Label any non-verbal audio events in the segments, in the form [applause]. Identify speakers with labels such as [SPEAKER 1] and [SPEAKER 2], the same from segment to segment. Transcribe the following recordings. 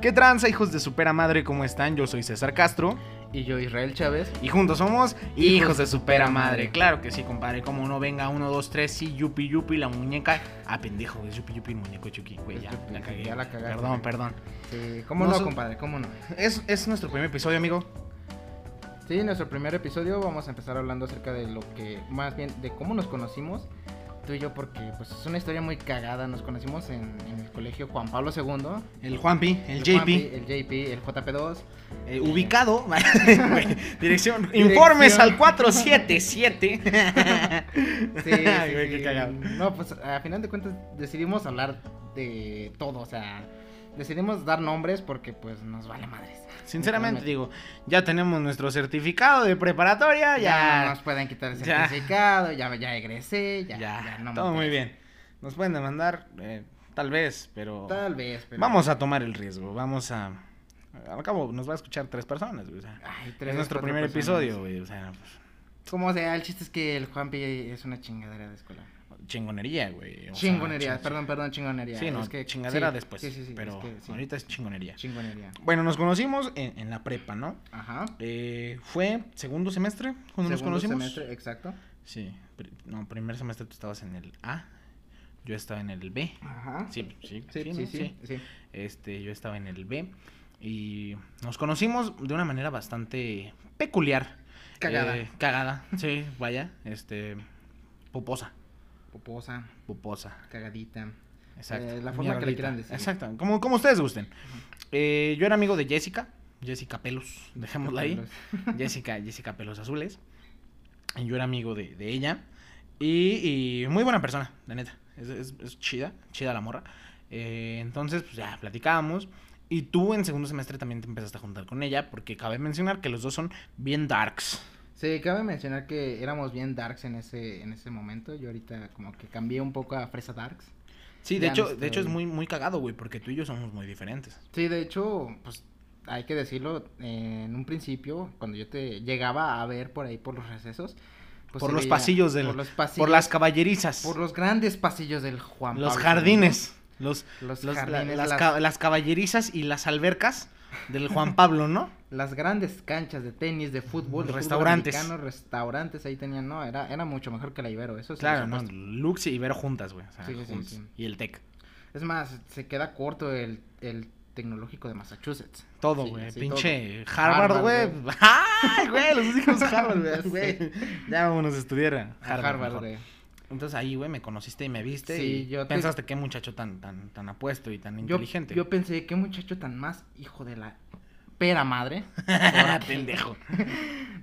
[SPEAKER 1] ¿Qué tranza, hijos de supera madre? ¿Cómo están? Yo soy César Castro.
[SPEAKER 2] Y yo, Israel Chávez.
[SPEAKER 1] Y juntos somos hijos de supera madre. Claro que sí, compadre. Como no venga uno, dos, tres, sí, yupi, yupi, la muñeca. Ah, pendejo, es yupi, yupi, el muñeco chucky. Güey, ya, la cagué.
[SPEAKER 2] Ya la cagaste.
[SPEAKER 1] Perdón, perdón.
[SPEAKER 2] Sí, ¿Cómo no,
[SPEAKER 1] No, so-
[SPEAKER 2] compadre? ¿Cómo no?
[SPEAKER 1] Es, es nuestro primer episodio, amigo.
[SPEAKER 2] Sí, en nuestro primer episodio vamos a empezar hablando acerca de lo que, más bien, de cómo nos conocimos, tú y yo, porque pues es una historia muy cagada. Nos conocimos en, en el colegio Juan Pablo II.
[SPEAKER 1] El Juanpi, el, JP.
[SPEAKER 2] Juanpi, el JP, el JP2.
[SPEAKER 1] [laughs] eh, ubicado. [laughs] Güey, Dirección. Informes al
[SPEAKER 2] [laughs]
[SPEAKER 1] 477.
[SPEAKER 2] Sí,
[SPEAKER 1] Ay,
[SPEAKER 2] sí,
[SPEAKER 1] güey,
[SPEAKER 2] sí.
[SPEAKER 1] qué cagado.
[SPEAKER 2] No, pues a final de cuentas decidimos hablar de todo, o sea, decidimos dar nombres porque pues nos vale madres.
[SPEAKER 1] Sinceramente, digo, ya tenemos nuestro certificado de preparatoria.
[SPEAKER 2] Ya,
[SPEAKER 1] Ah, Ya,
[SPEAKER 2] no nos pueden quitar el
[SPEAKER 1] ya.
[SPEAKER 2] certificado, ya, ya egresé, ya,
[SPEAKER 1] Ya,
[SPEAKER 2] ya no me
[SPEAKER 1] todo muy
[SPEAKER 2] interesa.
[SPEAKER 1] bien. Nos pueden demandar, eh, tal vez, pero...
[SPEAKER 2] Tal vez, pero...
[SPEAKER 1] Vamos a tomar el riesgo, vamos a... Al cabo, nos va a escuchar tres personas, güey. o sea,
[SPEAKER 2] Ay, tres,
[SPEAKER 1] es nuestro
[SPEAKER 2] cuatro
[SPEAKER 1] primer
[SPEAKER 2] personas.
[SPEAKER 1] episodio, güey. O sea, pues,
[SPEAKER 2] Como sea, el chiste es que el Juanpi es una chingadera de escuela.
[SPEAKER 1] chingonería, güey. o sea,
[SPEAKER 2] Chingonería,
[SPEAKER 1] ching-
[SPEAKER 2] perdón, perdón, chingonería.
[SPEAKER 1] Sí, no,
[SPEAKER 2] es que,
[SPEAKER 1] chingadera
[SPEAKER 2] sí,
[SPEAKER 1] después.
[SPEAKER 2] Sí, sí, sí,
[SPEAKER 1] pero
[SPEAKER 2] es que sí,
[SPEAKER 1] ahorita es chingonería.
[SPEAKER 2] Chingonería.
[SPEAKER 1] Bueno, nos conocimos en, en la prepa, ¿no?
[SPEAKER 2] Ajá.
[SPEAKER 1] Eh, fue segundo semestre cuando nos
[SPEAKER 2] Segundo
[SPEAKER 1] conocimos.
[SPEAKER 2] semestre, exacto.
[SPEAKER 1] Sí, pri- no, primer semestre tú estabas en el A, yo estaba en el B.
[SPEAKER 2] Ajá.
[SPEAKER 1] Sí, sí,
[SPEAKER 2] Sí,
[SPEAKER 1] ¿no?
[SPEAKER 2] sí, sí, sí.
[SPEAKER 1] Este, yo estaba en el B y nos conocimos de una manera bastante peculiar.
[SPEAKER 2] Cagada.
[SPEAKER 1] Eh, cagada, sí, vaya, este, poposa,
[SPEAKER 2] Poposa,
[SPEAKER 1] poposa,
[SPEAKER 2] cagadita.
[SPEAKER 1] exacto.
[SPEAKER 2] Eh, la forma que le quieran decir.
[SPEAKER 1] Exacto, como, como ustedes gusten. Eh, yo era amigo de Jessica, Jessica Pelos, dejémosla ahí.
[SPEAKER 2] Los-
[SPEAKER 1] Jessica, Jessica Pelos Azules. Y yo era amigo de, de ella. Y, y muy buena persona, la neta. Es, es- es chida, chida la morra. Eh, entonces, pues ya platicábamos. Y tú en segundo semestre también te empezaste a juntar con ella, porque cabe mencionar que los dos son bien darks.
[SPEAKER 2] Sí, cabe mencionar que éramos bien darks en ese, en ese momento. Yo ahorita como que cambié un poco a Fresa Darks.
[SPEAKER 1] Sí, de
[SPEAKER 2] Ya
[SPEAKER 1] hecho,
[SPEAKER 2] nos
[SPEAKER 1] de hecho es
[SPEAKER 2] traen.
[SPEAKER 1] muy, muy cagado, güey, porque tú y yo somos muy diferentes.
[SPEAKER 2] Sí, de hecho, pues hay que decirlo, eh, en un principio, cuando yo te llegaba a ver por ahí por los recesos, pues,
[SPEAKER 1] Por
[SPEAKER 2] se
[SPEAKER 1] los pasillos del-
[SPEAKER 2] por los pasillos,
[SPEAKER 1] por las caballerizas,
[SPEAKER 2] por los grandes pasillos del Juan
[SPEAKER 1] los
[SPEAKER 2] Pablo
[SPEAKER 1] jardines, los,
[SPEAKER 2] II, los,
[SPEAKER 1] los- la-
[SPEAKER 2] jardines,
[SPEAKER 1] las,
[SPEAKER 2] las,
[SPEAKER 1] ca- las caballerizas y las albercas del Juan Pablo, ¿no?
[SPEAKER 2] las grandes canchas de tenis, de fútbol, de fútbol
[SPEAKER 1] Restaurantes.
[SPEAKER 2] americano, restaurantes ahí tenían, no, era era mucho mejor que la Ibero, eso sí,
[SPEAKER 1] Claro,
[SPEAKER 2] por
[SPEAKER 1] no,
[SPEAKER 2] supuesto.
[SPEAKER 1] Lux y Ibero juntas, güey. o sea,
[SPEAKER 2] Sí, sí, sí,
[SPEAKER 1] juntas.
[SPEAKER 2] sí.
[SPEAKER 1] Y el TEC.
[SPEAKER 2] pues, Es más, se queda corto el, el tecnológico de Massachusetts.
[SPEAKER 1] Todo,
[SPEAKER 2] Sí,
[SPEAKER 1] güey.
[SPEAKER 2] así,
[SPEAKER 1] Pinche Harvard,
[SPEAKER 2] Harvard,
[SPEAKER 1] güey. [laughs] ¡Ay, güey! Los dos hijos de Harvard, güey.
[SPEAKER 2] [laughs] Sí.
[SPEAKER 1] güey. Ya vámonos a estudiar a
[SPEAKER 2] todo. A
[SPEAKER 1] Harvard.
[SPEAKER 2] Harvard, eh.
[SPEAKER 1] mejor.
[SPEAKER 2] güey.
[SPEAKER 1] Entonces ahí, güey, me conociste y me viste.
[SPEAKER 2] Sí,
[SPEAKER 1] y
[SPEAKER 2] yo te-
[SPEAKER 1] pensaste qué muchacho tan, tan, tan apuesto y tan
[SPEAKER 2] Yo,
[SPEAKER 1] inteligente. [laughs]
[SPEAKER 2] yo pensé, qué muchacho tan más hijo de la pera
[SPEAKER 1] [laughs]
[SPEAKER 2] madre. Porque-
[SPEAKER 1] Ah, Pendejo.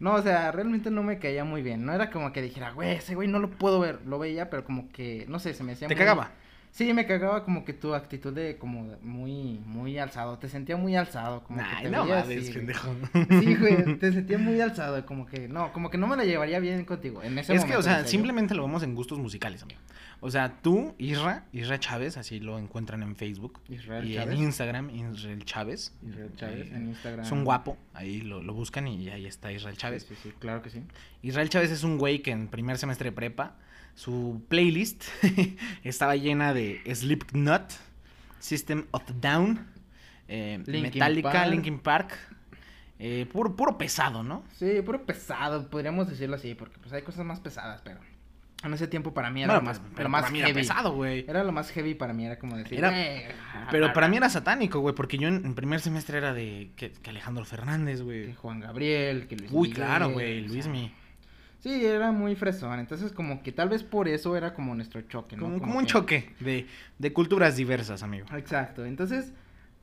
[SPEAKER 2] No, o sea, realmente no me caía muy bien. No era como que dijera, güey, ese güey no lo puedo ver. Lo veía, pero como que, no sé, se me hacía
[SPEAKER 1] Te
[SPEAKER 2] muy-
[SPEAKER 1] cagaba.
[SPEAKER 2] Sí, me cagaba como que tu actitud de como muy, muy alzado. Te sentía muy alzado. Como que
[SPEAKER 1] Ay,
[SPEAKER 2] te
[SPEAKER 1] no
[SPEAKER 2] veía
[SPEAKER 1] mames,
[SPEAKER 2] así, güey.
[SPEAKER 1] pendejo. [laughs]
[SPEAKER 2] Sí, güey, te sentía muy alzado, como que no, como que no me la llevaría bien contigo. En ese
[SPEAKER 1] Es que,
[SPEAKER 2] momento,
[SPEAKER 1] o sea,
[SPEAKER 2] en serio.
[SPEAKER 1] simplemente lo vemos en gustos musicales, amigo. O sea, tú, Isra, Isra Chávez, así lo encuentran en Facebook.
[SPEAKER 2] Israel
[SPEAKER 1] y
[SPEAKER 2] Chávez.
[SPEAKER 1] en Instagram, Israel Chávez.
[SPEAKER 2] Israel Chávez
[SPEAKER 1] Eh,
[SPEAKER 2] en Instagram.
[SPEAKER 1] Es un guapo, ahí lo, lo buscan y ahí está Israel Chávez.
[SPEAKER 2] Sí, sí, sí, claro que sí.
[SPEAKER 1] Israel Chávez es un güey que en primer semestre de prepa, su playlist [laughs] estaba llena de Slipknot, System of a Down, eh,
[SPEAKER 2] Linkin
[SPEAKER 1] Metallica,
[SPEAKER 2] Park.
[SPEAKER 1] Linkin Park, eh, puro, puro pesado, ¿no?
[SPEAKER 2] Sí, puro pesado, podríamos decirlo así, porque pues hay cosas más pesadas, pero en ese tiempo para mí era
[SPEAKER 1] Bueno, pues,
[SPEAKER 2] lo más,
[SPEAKER 1] pero-
[SPEAKER 2] lo
[SPEAKER 1] pero
[SPEAKER 2] más
[SPEAKER 1] para mí era
[SPEAKER 2] heavy.
[SPEAKER 1] pesado, güey.
[SPEAKER 2] Era lo más heavy para mí, era como decir, "Eh,
[SPEAKER 1] Era-
[SPEAKER 2] "Güey,
[SPEAKER 1] Pero para mí era satánico, güey, porque yo en, en primer semestre era de que, que Alejandro Fernández,
[SPEAKER 2] que
[SPEAKER 1] güey.
[SPEAKER 2] Juan Gabriel, que Luis
[SPEAKER 1] Uy,
[SPEAKER 2] Miguel,
[SPEAKER 1] claro,
[SPEAKER 2] o
[SPEAKER 1] güey,
[SPEAKER 2] sea,
[SPEAKER 1] Luismi.
[SPEAKER 2] Sí, era muy fresón, entonces como que tal vez por eso era como nuestro choque, ¿no?
[SPEAKER 1] Como, como un
[SPEAKER 2] que-
[SPEAKER 1] choque de, de culturas diversas, amigo.
[SPEAKER 2] Exacto, entonces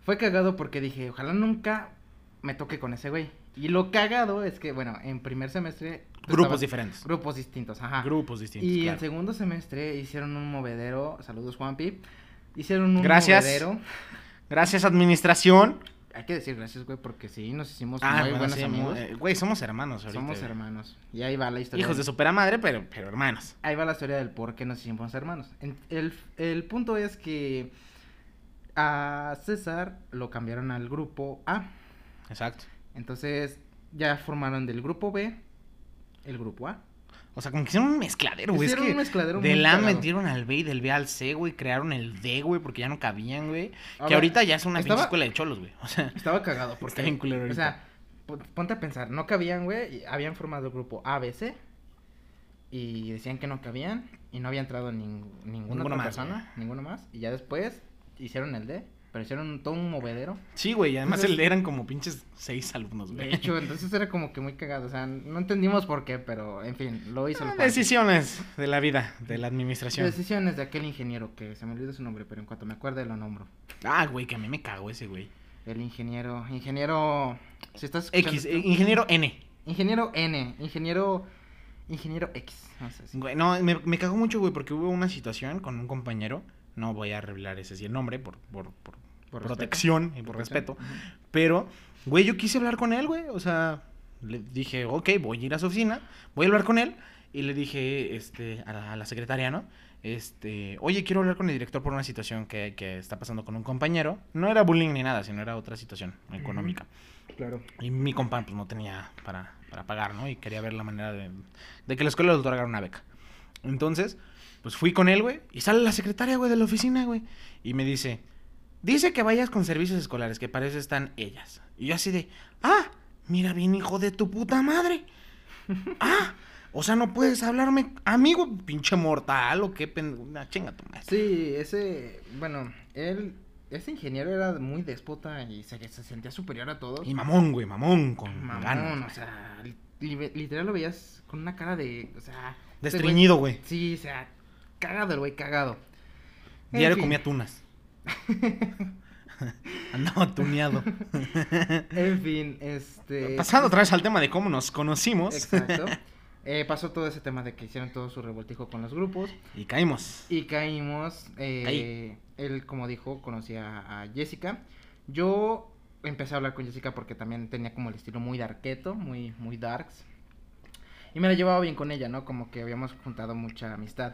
[SPEAKER 2] fue cagado porque dije, ojalá nunca me toque con ese güey. Y lo cagado es que, bueno, en primer semestre... tú
[SPEAKER 1] Grupos
[SPEAKER 2] estabas-
[SPEAKER 1] diferentes.
[SPEAKER 2] Grupos distintos, ajá.
[SPEAKER 1] Grupos distintos.
[SPEAKER 2] Y en
[SPEAKER 1] claro.
[SPEAKER 2] segundo semestre hicieron un movedero, saludos Juanpi, hicieron un
[SPEAKER 1] Gracias.
[SPEAKER 2] movedero.
[SPEAKER 1] Gracias, administración.
[SPEAKER 2] Hay que decir gracias, güey, porque sí, nos hicimos
[SPEAKER 1] Ah,
[SPEAKER 2] muy
[SPEAKER 1] bueno,
[SPEAKER 2] buenos
[SPEAKER 1] sí,
[SPEAKER 2] amigos.
[SPEAKER 1] eh, Güey, somos hermanos ahorita.
[SPEAKER 2] Somos
[SPEAKER 1] güey.
[SPEAKER 2] hermanos. Y ahí va la historia.
[SPEAKER 1] Hijos de
[SPEAKER 2] del-
[SPEAKER 1] supera madre, pero, pero hermanos.
[SPEAKER 2] Ahí va la historia del por qué nos hicimos hermanos. En- El, el punto es que a César lo cambiaron al grupo A.
[SPEAKER 1] Exacto.
[SPEAKER 2] Entonces ya formaron del grupo B el grupo A.
[SPEAKER 1] O sea, como que hicieron un mezcladero, güey. Es
[SPEAKER 2] Hicieron
[SPEAKER 1] que
[SPEAKER 2] un mezcladero muy
[SPEAKER 1] del A
[SPEAKER 2] cagado.
[SPEAKER 1] metieron al B y del B al C, güey. Crearon el D, güey, porque ya no cabían, güey.
[SPEAKER 2] A
[SPEAKER 1] que
[SPEAKER 2] ver,
[SPEAKER 1] ahorita ya es una pinche
[SPEAKER 2] estaba-
[SPEAKER 1] escuela de cholos, güey. O sea,
[SPEAKER 2] Estaba cagado porque.
[SPEAKER 1] Está bien culero
[SPEAKER 2] O
[SPEAKER 1] ahorita.
[SPEAKER 2] sea, pon- ponte a pensar, no cabían, güey, y habían formado grupo ABC y decían que no cabían y no había entrado ning- ninguna
[SPEAKER 1] Ninguno
[SPEAKER 2] otra
[SPEAKER 1] más,
[SPEAKER 2] persona, ninguno más, y ya después hicieron el D, pero hicieron todo un movedero.
[SPEAKER 1] sí, güey. y Además,
[SPEAKER 2] Entonces-
[SPEAKER 1] el D eran como pinches seis alumnos, güey.
[SPEAKER 2] De [laughs] hecho, entonces era como que muy cagado, o sea, no entendimos por qué, pero en fin, lo hizo el
[SPEAKER 1] Ah,
[SPEAKER 2] cuate.
[SPEAKER 1] Decisiones de la vida, de la administración.
[SPEAKER 2] Decisiones de aquel ingeniero que se me olvidó su nombre, pero en cuanto me acuerde lo nombro.
[SPEAKER 1] Ah, güey, que a mí me cago ese, güey.
[SPEAKER 2] El ingeniero, ingeniero, si estás escuchando
[SPEAKER 1] X, eh,
[SPEAKER 2] esto-
[SPEAKER 1] ingeniero N.
[SPEAKER 2] Ingeniero N, ingeniero, ingeniero X, no sé si-
[SPEAKER 1] Güey, no, me, me cago mucho, güey, porque hubo una situación con un compañero. No voy a revelar ese sí el nombre por, por, por
[SPEAKER 2] por respeto.
[SPEAKER 1] protección y por respeto. Pero, güey, yo quise hablar con él, güey. O sea, le dije, ok, voy a ir a su oficina, voy a hablar con él. Y le dije, este, a la, a la secretaria, ¿no? Este, oye, quiero hablar con el director por una situación que, que está pasando con un compañero. No era bullying ni nada, sino era otra situación económica.
[SPEAKER 2] Claro.
[SPEAKER 1] Y mi compa, pues, no tenía para, para pagar, ¿no? Y quería ver la manera de, de que la escuela le otorgara una beca. Entonces, pues fui con él, güey, y sale la secretaria, güey, de la oficina, güey, y me dice, dice que vayas con servicios escolares, que para eso están ellas. Y yo así de, ah, mira bien, hijo de tu puta madre. Ah, o sea, no puedes hablarme, amigo, pinche mortal, o qué pen... Una chinga tu madre.
[SPEAKER 2] Sí, ese, bueno, él, ese ingeniero era muy déspota y se, se sentía superior a todos.
[SPEAKER 1] Y mamón, güey, mamón, con
[SPEAKER 2] Mamón,
[SPEAKER 1] ganas.
[SPEAKER 2] o sea, li- li- literal lo veías con una cara de, o sea... este güey-
[SPEAKER 1] Destreñido, güey.
[SPEAKER 2] Sí, o sea, cagado el güey, cagado. En
[SPEAKER 1] Diario
[SPEAKER 2] fin.
[SPEAKER 1] comía
[SPEAKER 2] [laughs]
[SPEAKER 1] tunas. Andaba
[SPEAKER 2] [laughs]
[SPEAKER 1] tuneado.
[SPEAKER 2] En fin, este...
[SPEAKER 1] Pasando otra vez al tema de cómo nos conocimos [laughs]
[SPEAKER 2] Exacto. Eh, pasó todo ese tema de que hicieron todo su revoltijo con los grupos.
[SPEAKER 1] y caímos.
[SPEAKER 2] Y caímos. eh,
[SPEAKER 1] Caí.
[SPEAKER 2] Él, como dijo, conocía a Jessica. Yo empecé a hablar con Jessica porque también tenía como el estilo muy darketo, muy, muy darks. Y me la llevaba bien con ella, ¿no? Como que habíamos juntado mucha amistad.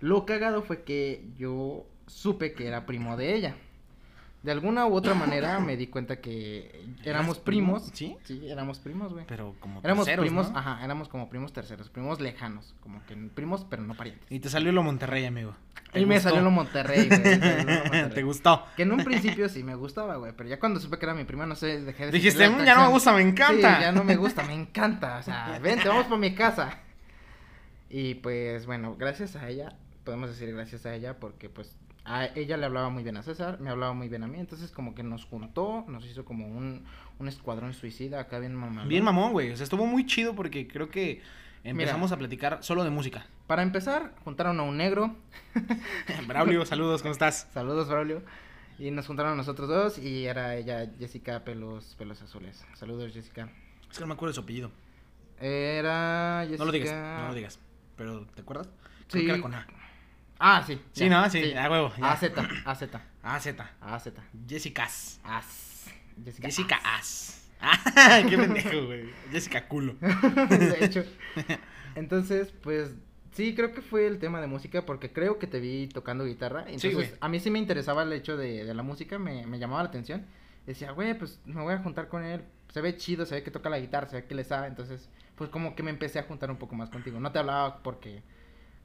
[SPEAKER 2] Lo cagado fue que yo supe que era primo de ella. De alguna u otra manera me di cuenta que éramos
[SPEAKER 1] ¿Eras primo?
[SPEAKER 2] primos.
[SPEAKER 1] ¿Sí?
[SPEAKER 2] Sí, éramos primos, güey.
[SPEAKER 1] Pero como
[SPEAKER 2] Éramos
[SPEAKER 1] terceros,
[SPEAKER 2] primos, ah.
[SPEAKER 1] ¿no?
[SPEAKER 2] ajá, éramos como primos terceros, primos lejanos, como que primos pero no parientes.
[SPEAKER 1] Y te salió lo Monterrey, amigo.
[SPEAKER 2] Y me salió lo
[SPEAKER 1] gustó?
[SPEAKER 2] Monterrey, güey. me salió lo Monterrey.
[SPEAKER 1] [laughs] Te gustó.
[SPEAKER 2] Que en un principio sí me gustaba, güey. Pero ya cuando supe que era mi prima, no sé, dejé de
[SPEAKER 1] Dijiste,
[SPEAKER 2] sentir la
[SPEAKER 1] "Mm, ya no me
[SPEAKER 2] atracción".
[SPEAKER 1] gusta, me encanta.
[SPEAKER 2] Sí, ya no me gusta,
[SPEAKER 1] [laughs]
[SPEAKER 2] me encanta. O sea, vente, vamos por mi casa. Y pues bueno, gracias a ella, podemos decir gracias a ella, porque pues a ella le hablaba muy bien a César, me hablaba muy bien a mí. Entonces, como que nos juntó, nos hizo como un, un escuadrón suicida acá, bien mamá.
[SPEAKER 1] Bien mamón, güey. O sea, estuvo muy chido porque creo que empezamos a platicar solo de música. [laughs]
[SPEAKER 2] Para empezar, juntaron a un negro,
[SPEAKER 1] Braulio, saludos, ¿cómo estás?
[SPEAKER 2] Saludos, Braulio. Y nos juntaron a nosotros dos y era ella, Jessica Pelos, Pelos Azules. Saludos, Jessica.
[SPEAKER 1] Es que no me acuerdo de su apellido.
[SPEAKER 2] Era Jessica...
[SPEAKER 1] No lo digas, no lo digas. Pero, ¿te acuerdas? Creo
[SPEAKER 2] Sí.
[SPEAKER 1] que era con A.
[SPEAKER 2] Ah, sí. Ah,
[SPEAKER 1] Sí,
[SPEAKER 2] ya,
[SPEAKER 1] ¿no? Sí, Ah, a huevo, ya.
[SPEAKER 2] AZ, AZ,
[SPEAKER 1] A, Ah, Z.
[SPEAKER 2] AZ.
[SPEAKER 1] Jessicas.
[SPEAKER 2] As. Jessica.
[SPEAKER 1] Jessica
[SPEAKER 2] As.
[SPEAKER 1] As. Ah, [laughs] qué pendejo, güey. Jessica Culo. [laughs]
[SPEAKER 2] de hecho. Entonces, pues sí, creo que fue el tema de música porque creo que te vi tocando guitarra. Entonces,
[SPEAKER 1] güey.
[SPEAKER 2] a mí sí me interesaba el hecho de, de la música, me, me llamaba la atención. Decía, güey, pues me voy a juntar con él. Se ve chido, se ve que toca la guitarra, se ve que le sabe. Entonces, pues como que me empecé a juntar un poco más contigo. No te hablaba porque,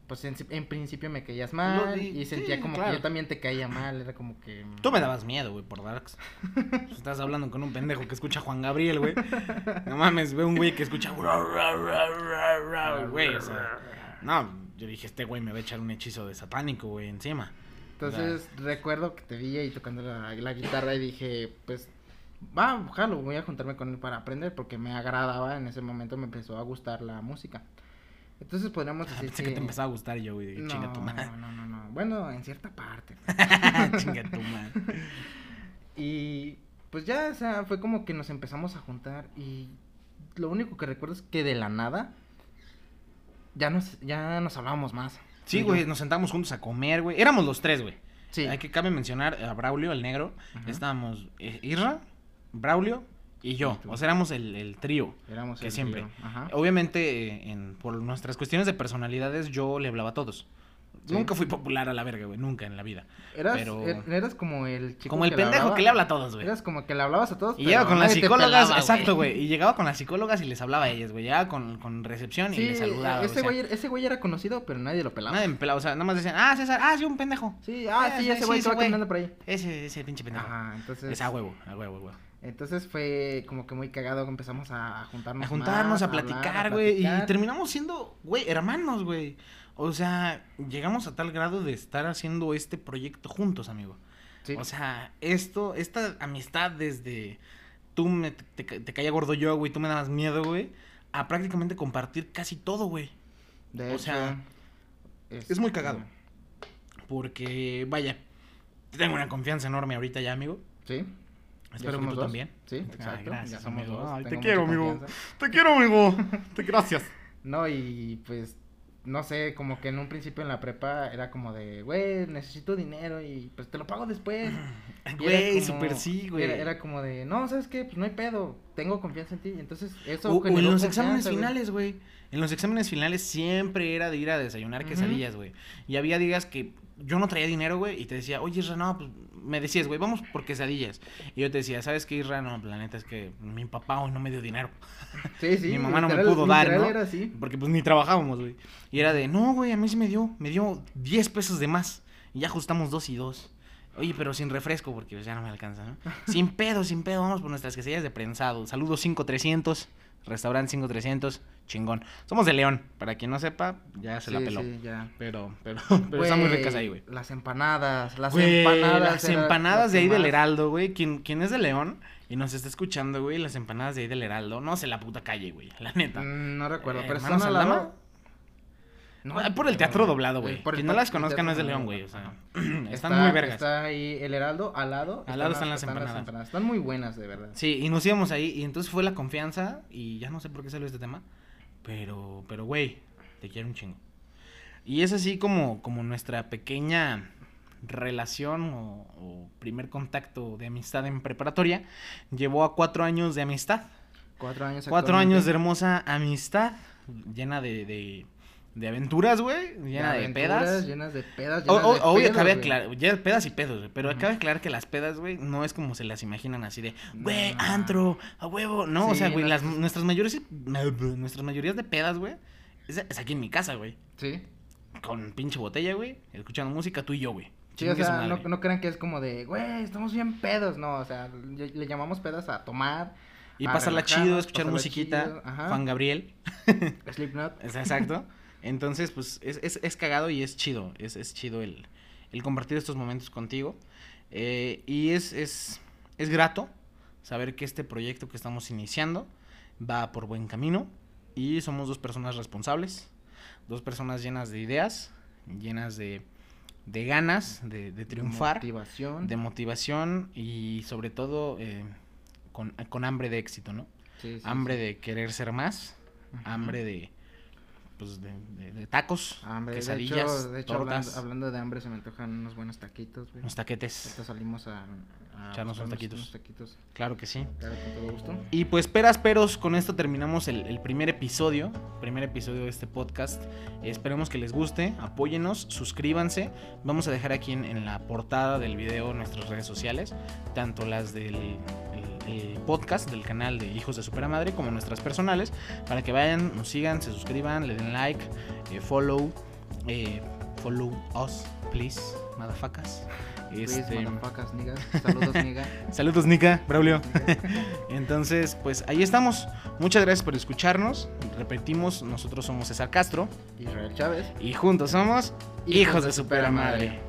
[SPEAKER 2] pues en, en principio me caías mal
[SPEAKER 1] No, y-
[SPEAKER 2] y, sentía
[SPEAKER 1] sí,
[SPEAKER 2] como
[SPEAKER 1] claro.
[SPEAKER 2] que yo también te caía mal. Era como que... mm,
[SPEAKER 1] Tú me dabas miedo, güey, por [laughs] Darks. Pues Estás hablando con un pendejo que escucha Juan Gabriel, güey. No mames, ve un güey que escucha. Güey, o sea, No, yo dije, este güey me va a echar un hechizo de satánico, güey, encima.
[SPEAKER 2] Entonces recuerdo que te vi ahí tocando la, la guitarra y dije, pues, va, jalo, voy a juntarme con él para aprender porque me agradaba, en ese momento me empezó a gustar la música. Entonces podríamos decir
[SPEAKER 1] Ah, Pensé que te empezaba a gustar yo, güey. dije,
[SPEAKER 2] no,
[SPEAKER 1] Chinga tu [laughs] madre.
[SPEAKER 2] no, no, no, bueno, en cierta
[SPEAKER 1] [laughs]
[SPEAKER 2] parte.
[SPEAKER 1] Chinga tu madre.
[SPEAKER 2] y pues ya, o sea, fue como que nos empezamos a juntar y lo único que recuerdo es que de la nada ya nos, ya nos hablábamos más.
[SPEAKER 1] Sí,
[SPEAKER 2] Tú y
[SPEAKER 1] güey,
[SPEAKER 2] yo.
[SPEAKER 1] nos sentamos juntos a comer, güey. Éramos los tres, güey.
[SPEAKER 2] Sí.
[SPEAKER 1] Hay que cabe mencionar a Braulio, el negro.
[SPEAKER 2] Ajá.
[SPEAKER 1] Estábamos eh, Irra, Braulio y yo.
[SPEAKER 2] Y tú.
[SPEAKER 1] O sea, éramos el, el trío.
[SPEAKER 2] Éramos
[SPEAKER 1] que
[SPEAKER 2] el
[SPEAKER 1] siempre.
[SPEAKER 2] trío, Ajá.
[SPEAKER 1] Obviamente, eh, en- por nuestras cuestiones de personalidades, yo le hablaba a todos.
[SPEAKER 2] Sí.
[SPEAKER 1] Nunca fui popular a la verga, güey. Nunca en la vida.
[SPEAKER 2] Eras,
[SPEAKER 1] pero-
[SPEAKER 2] er- eras como el chico.
[SPEAKER 1] Como el
[SPEAKER 2] le
[SPEAKER 1] pendejo
[SPEAKER 2] hablaba-
[SPEAKER 1] que le habla a todos, güey.
[SPEAKER 2] Eras como que le hablabas a
[SPEAKER 1] Y
[SPEAKER 2] todos. pero
[SPEAKER 1] llegaba con las
[SPEAKER 2] nadie te
[SPEAKER 1] psicólogas,
[SPEAKER 2] pelaba,
[SPEAKER 1] exacto, güey. Y llegaba con las psicólogas y les hablaba a ellas, güey. Llegaba con, con recepción y
[SPEAKER 2] Sí, e-,
[SPEAKER 1] les saludaba.
[SPEAKER 2] ese,
[SPEAKER 1] o sea,
[SPEAKER 2] güey, era- ese güey era conocido, pero nadie lo pelaba.
[SPEAKER 1] Nadie me pelaba, o sea, nada más decían, ah, César, ah, sí, un pendejo.
[SPEAKER 2] Sí, ah,
[SPEAKER 1] Ah,
[SPEAKER 2] sí,
[SPEAKER 1] sí,
[SPEAKER 2] ese
[SPEAKER 1] sí,
[SPEAKER 2] güey
[SPEAKER 1] ese
[SPEAKER 2] que va
[SPEAKER 1] güey.
[SPEAKER 2] caminando por ahí.
[SPEAKER 1] Ese, ese pinche pendejo.
[SPEAKER 2] Ajá, entonces.
[SPEAKER 1] Es a huevo, a huevo, a huevo.
[SPEAKER 2] Entonces fue como que muy cagado. Empezamos a juntarnos.
[SPEAKER 1] A juntarnos,
[SPEAKER 2] más,
[SPEAKER 1] a
[SPEAKER 2] hablar, a
[SPEAKER 1] platicar, güey. Y
[SPEAKER 2] platicar.
[SPEAKER 1] terminamos siendo, güey, hermanos, güey. O sea, llegamos a tal grado de estar haciendo este proyecto juntos, amigo.
[SPEAKER 2] Sí.
[SPEAKER 1] O sea, esto, esta amistad desde tú me, te, te, te caía gordo yo, güey, tú me dabas miedo, güey, a prácticamente compartir casi todo, güey.
[SPEAKER 2] De
[SPEAKER 1] o
[SPEAKER 2] hecho,
[SPEAKER 1] sea, es muy cagado. Porque, vaya, te tengo una confianza enorme ahorita ya, amigo.
[SPEAKER 2] este, Sí. ya
[SPEAKER 1] Espero que
[SPEAKER 2] somos
[SPEAKER 1] tú
[SPEAKER 2] dos.
[SPEAKER 1] también.
[SPEAKER 2] Sí,
[SPEAKER 1] Ah,
[SPEAKER 2] exacto. ya
[SPEAKER 1] gracias,
[SPEAKER 2] somos
[SPEAKER 1] amigo.
[SPEAKER 2] dos.
[SPEAKER 1] Ay, te
[SPEAKER 2] tengo
[SPEAKER 1] quiero,
[SPEAKER 2] mucha
[SPEAKER 1] amigo.
[SPEAKER 2] confianza.
[SPEAKER 1] Te quiero, amigo. [laughs] Te gracias.
[SPEAKER 2] No, y pues, no sé, como que en un principio en la prepa era como de, güey, necesito dinero y pues te lo pago después. Y era
[SPEAKER 1] Güey,
[SPEAKER 2] como-
[SPEAKER 1] súper sí, güey.
[SPEAKER 2] Era, era como de, no, ¿sabes qué? Pues no hay pedo, tengo confianza en ti. Y entonces eso
[SPEAKER 1] O, o en
[SPEAKER 2] generó
[SPEAKER 1] los
[SPEAKER 2] confianza,
[SPEAKER 1] exámenes
[SPEAKER 2] güey.
[SPEAKER 1] finales, güey. En los exámenes finales siempre era de ir a desayunar
[SPEAKER 2] Ujú.
[SPEAKER 1] quesadillas, güey. Y había días que yo no traía dinero, güey, y te decía, oye, Isra, no, pues me decías, güey, vamos por quesadillas. Y yo te decía, ¿sabes qué, Isra? No, la neta es que mi papá hoy no me dio dinero.
[SPEAKER 2] Sí, sí.
[SPEAKER 1] Mi mamá no me
[SPEAKER 2] literal-
[SPEAKER 1] pudo dar,
[SPEAKER 2] literal
[SPEAKER 1] ¿no?
[SPEAKER 2] era así.
[SPEAKER 1] Porque pues ni trabajábamos, güey. Y era de, no, güey, a mí sí me dio, me dio 10 pesos de más. Y ya ajustamos dos y dos. Oye, pero sin refresco, porque pues, ya no me alcanza,
[SPEAKER 2] [laughs]
[SPEAKER 1] ¿no? Sin pedo, sin pedo, vamos por nuestras quesadillas de prensado. Saludos 5300, restaurante 5300, chingón. Somos de León, para quien no sepa, ya se la
[SPEAKER 2] Sí,
[SPEAKER 1] peló.
[SPEAKER 2] sí, ya.
[SPEAKER 1] Pero,
[SPEAKER 2] [laughs]
[SPEAKER 1] pero, pero están muy
[SPEAKER 2] Güey,
[SPEAKER 1] ricas ahí, güey.
[SPEAKER 2] Las empanadas, las
[SPEAKER 1] Güey,
[SPEAKER 2] empanadas.
[SPEAKER 1] las
[SPEAKER 2] eran
[SPEAKER 1] empanadas
[SPEAKER 2] las
[SPEAKER 1] de ahí
[SPEAKER 2] que
[SPEAKER 1] del
[SPEAKER 2] más-
[SPEAKER 1] Heraldo, güey. Quien, quien es de León y nos está escuchando, güey, las empanadas de ahí del Heraldo, no sé la puta calle, güey, la neta.
[SPEAKER 2] Mm, No recuerdo,
[SPEAKER 1] Eh,
[SPEAKER 2] pero
[SPEAKER 1] ¿Hermanos
[SPEAKER 2] están al lado-
[SPEAKER 1] Aldama?
[SPEAKER 2] No,
[SPEAKER 1] Ah, por el
[SPEAKER 2] pero-
[SPEAKER 1] teatro doblado, güey.
[SPEAKER 2] Eh, por el
[SPEAKER 1] Quien no
[SPEAKER 2] pa-
[SPEAKER 1] las
[SPEAKER 2] el
[SPEAKER 1] conozca
[SPEAKER 2] teatro
[SPEAKER 1] no es de
[SPEAKER 2] doblado.
[SPEAKER 1] León, güey. O sea,
[SPEAKER 2] Ajá.
[SPEAKER 1] [clears throat] están
[SPEAKER 2] Está-
[SPEAKER 1] muy vergas.
[SPEAKER 2] Está ahí el Heraldo, al lado.
[SPEAKER 1] lado
[SPEAKER 2] las-
[SPEAKER 1] están las empanadas.
[SPEAKER 2] Están muy buenas, de verdad.
[SPEAKER 1] Sí, y nos íbamos ahí. Y entonces fue la confianza. Y ya no sé por qué salió este tema. Pero, pero, güey, te quiero un chingo. Y es así como, como nuestra pequeña relación o, o primer contacto de amistad en preparatoria llevó a cuatro años de amistad.
[SPEAKER 2] Cuatro años.
[SPEAKER 1] Cuatro
[SPEAKER 2] actualmente.
[SPEAKER 1] años de hermosa amistad llena de, de, de aventuras, güey. Llena de,
[SPEAKER 2] aventuras,
[SPEAKER 1] pedas.
[SPEAKER 2] Llenas de pedas.
[SPEAKER 1] O-
[SPEAKER 2] llenas
[SPEAKER 1] o-
[SPEAKER 2] de
[SPEAKER 1] Obvio,
[SPEAKER 2] pedos,
[SPEAKER 1] cabe
[SPEAKER 2] güey.
[SPEAKER 1] aclarar, ya pedas y pedos, güey, pero
[SPEAKER 2] Ujú.
[SPEAKER 1] cabe aclarar que las pedas, güey, no es como se las imaginan así de, güey,
[SPEAKER 2] No.
[SPEAKER 1] antro, a huevo, no, o
[SPEAKER 2] Sí,
[SPEAKER 1] sea, güey,
[SPEAKER 2] no
[SPEAKER 1] las,
[SPEAKER 2] es-
[SPEAKER 1] nuestras mayores, nuestras mayorías de pedas, güey, es, es aquí en mi casa, güey,
[SPEAKER 2] Sí.
[SPEAKER 1] con pinche botella, güey, escuchando música tú y yo, güey.
[SPEAKER 2] Sí, o
[SPEAKER 1] Chingue su
[SPEAKER 2] sea, no,
[SPEAKER 1] madre.
[SPEAKER 2] no crean que es como de, güey, estamos bien pedos. No, o sea, le, le llamamos pedas a tomar.
[SPEAKER 1] y
[SPEAKER 2] a
[SPEAKER 1] pasarla
[SPEAKER 2] relajarnos,
[SPEAKER 1] chido, escuchar
[SPEAKER 2] pasarla
[SPEAKER 1] musiquita,
[SPEAKER 2] chido, ajá.
[SPEAKER 1] Juan Gabriel,
[SPEAKER 2] Slipknot.
[SPEAKER 1] es- exacto. Entonces, pues, es, es, es cagado y es chido, es, es chido el, el compartir estos momentos contigo. Eh, y es, es, es grato saber que este proyecto que estamos iniciando va por buen camino y somos dos personas responsables, dos personas llenas de ideas, llenas de, de ganas de, de triunfar,
[SPEAKER 2] Motivación.
[SPEAKER 1] de motivación y sobre todo eh, con, con hambre de éxito, ¿no?
[SPEAKER 2] Sí, sí,
[SPEAKER 1] hambre
[SPEAKER 2] sí.
[SPEAKER 1] de querer ser más,
[SPEAKER 2] Ujú.
[SPEAKER 1] hambre de, pues, de, de- de tacos,
[SPEAKER 2] Hambre, de hecho,
[SPEAKER 1] quesadillas,
[SPEAKER 2] de hecho,
[SPEAKER 1] tortas,
[SPEAKER 2] hablando, hablando de hambre, se me antojan unos buenos taquitos, güey.
[SPEAKER 1] unos taquetes,
[SPEAKER 2] Ahorita salimos a, a
[SPEAKER 1] Echarnos
[SPEAKER 2] buscar
[SPEAKER 1] unos taquitos.
[SPEAKER 2] Unos taquitos.
[SPEAKER 1] claro que sí.
[SPEAKER 2] Claro, con todo gusto.
[SPEAKER 1] Y pues peras, peros, con esto terminamos el, el primer episodio, primer episodio de este podcast. Esperemos que les guste, apóyenos, suscríbanse. Vamos a dejar aquí en, en la portada del video nuestras redes sociales, tanto las del el- el podcast, del canal de Hijos de Supermadre, como nuestras personales, para que vayan, nos sigan, se suscriban, le den like, eh, follow, eh, follow us, please, motherfuckers.
[SPEAKER 2] Luis,
[SPEAKER 1] Este,
[SPEAKER 2] motherfuckers, niggas. Saludos, nigga.
[SPEAKER 1] saludos, Nica, Braulio. [laughs] Entonces, pues ahí estamos. Muchas gracias por escucharnos. Repetimos, nosotros somos César Castro
[SPEAKER 2] Israel Chávez.
[SPEAKER 1] y juntos somos hijos de supera madre.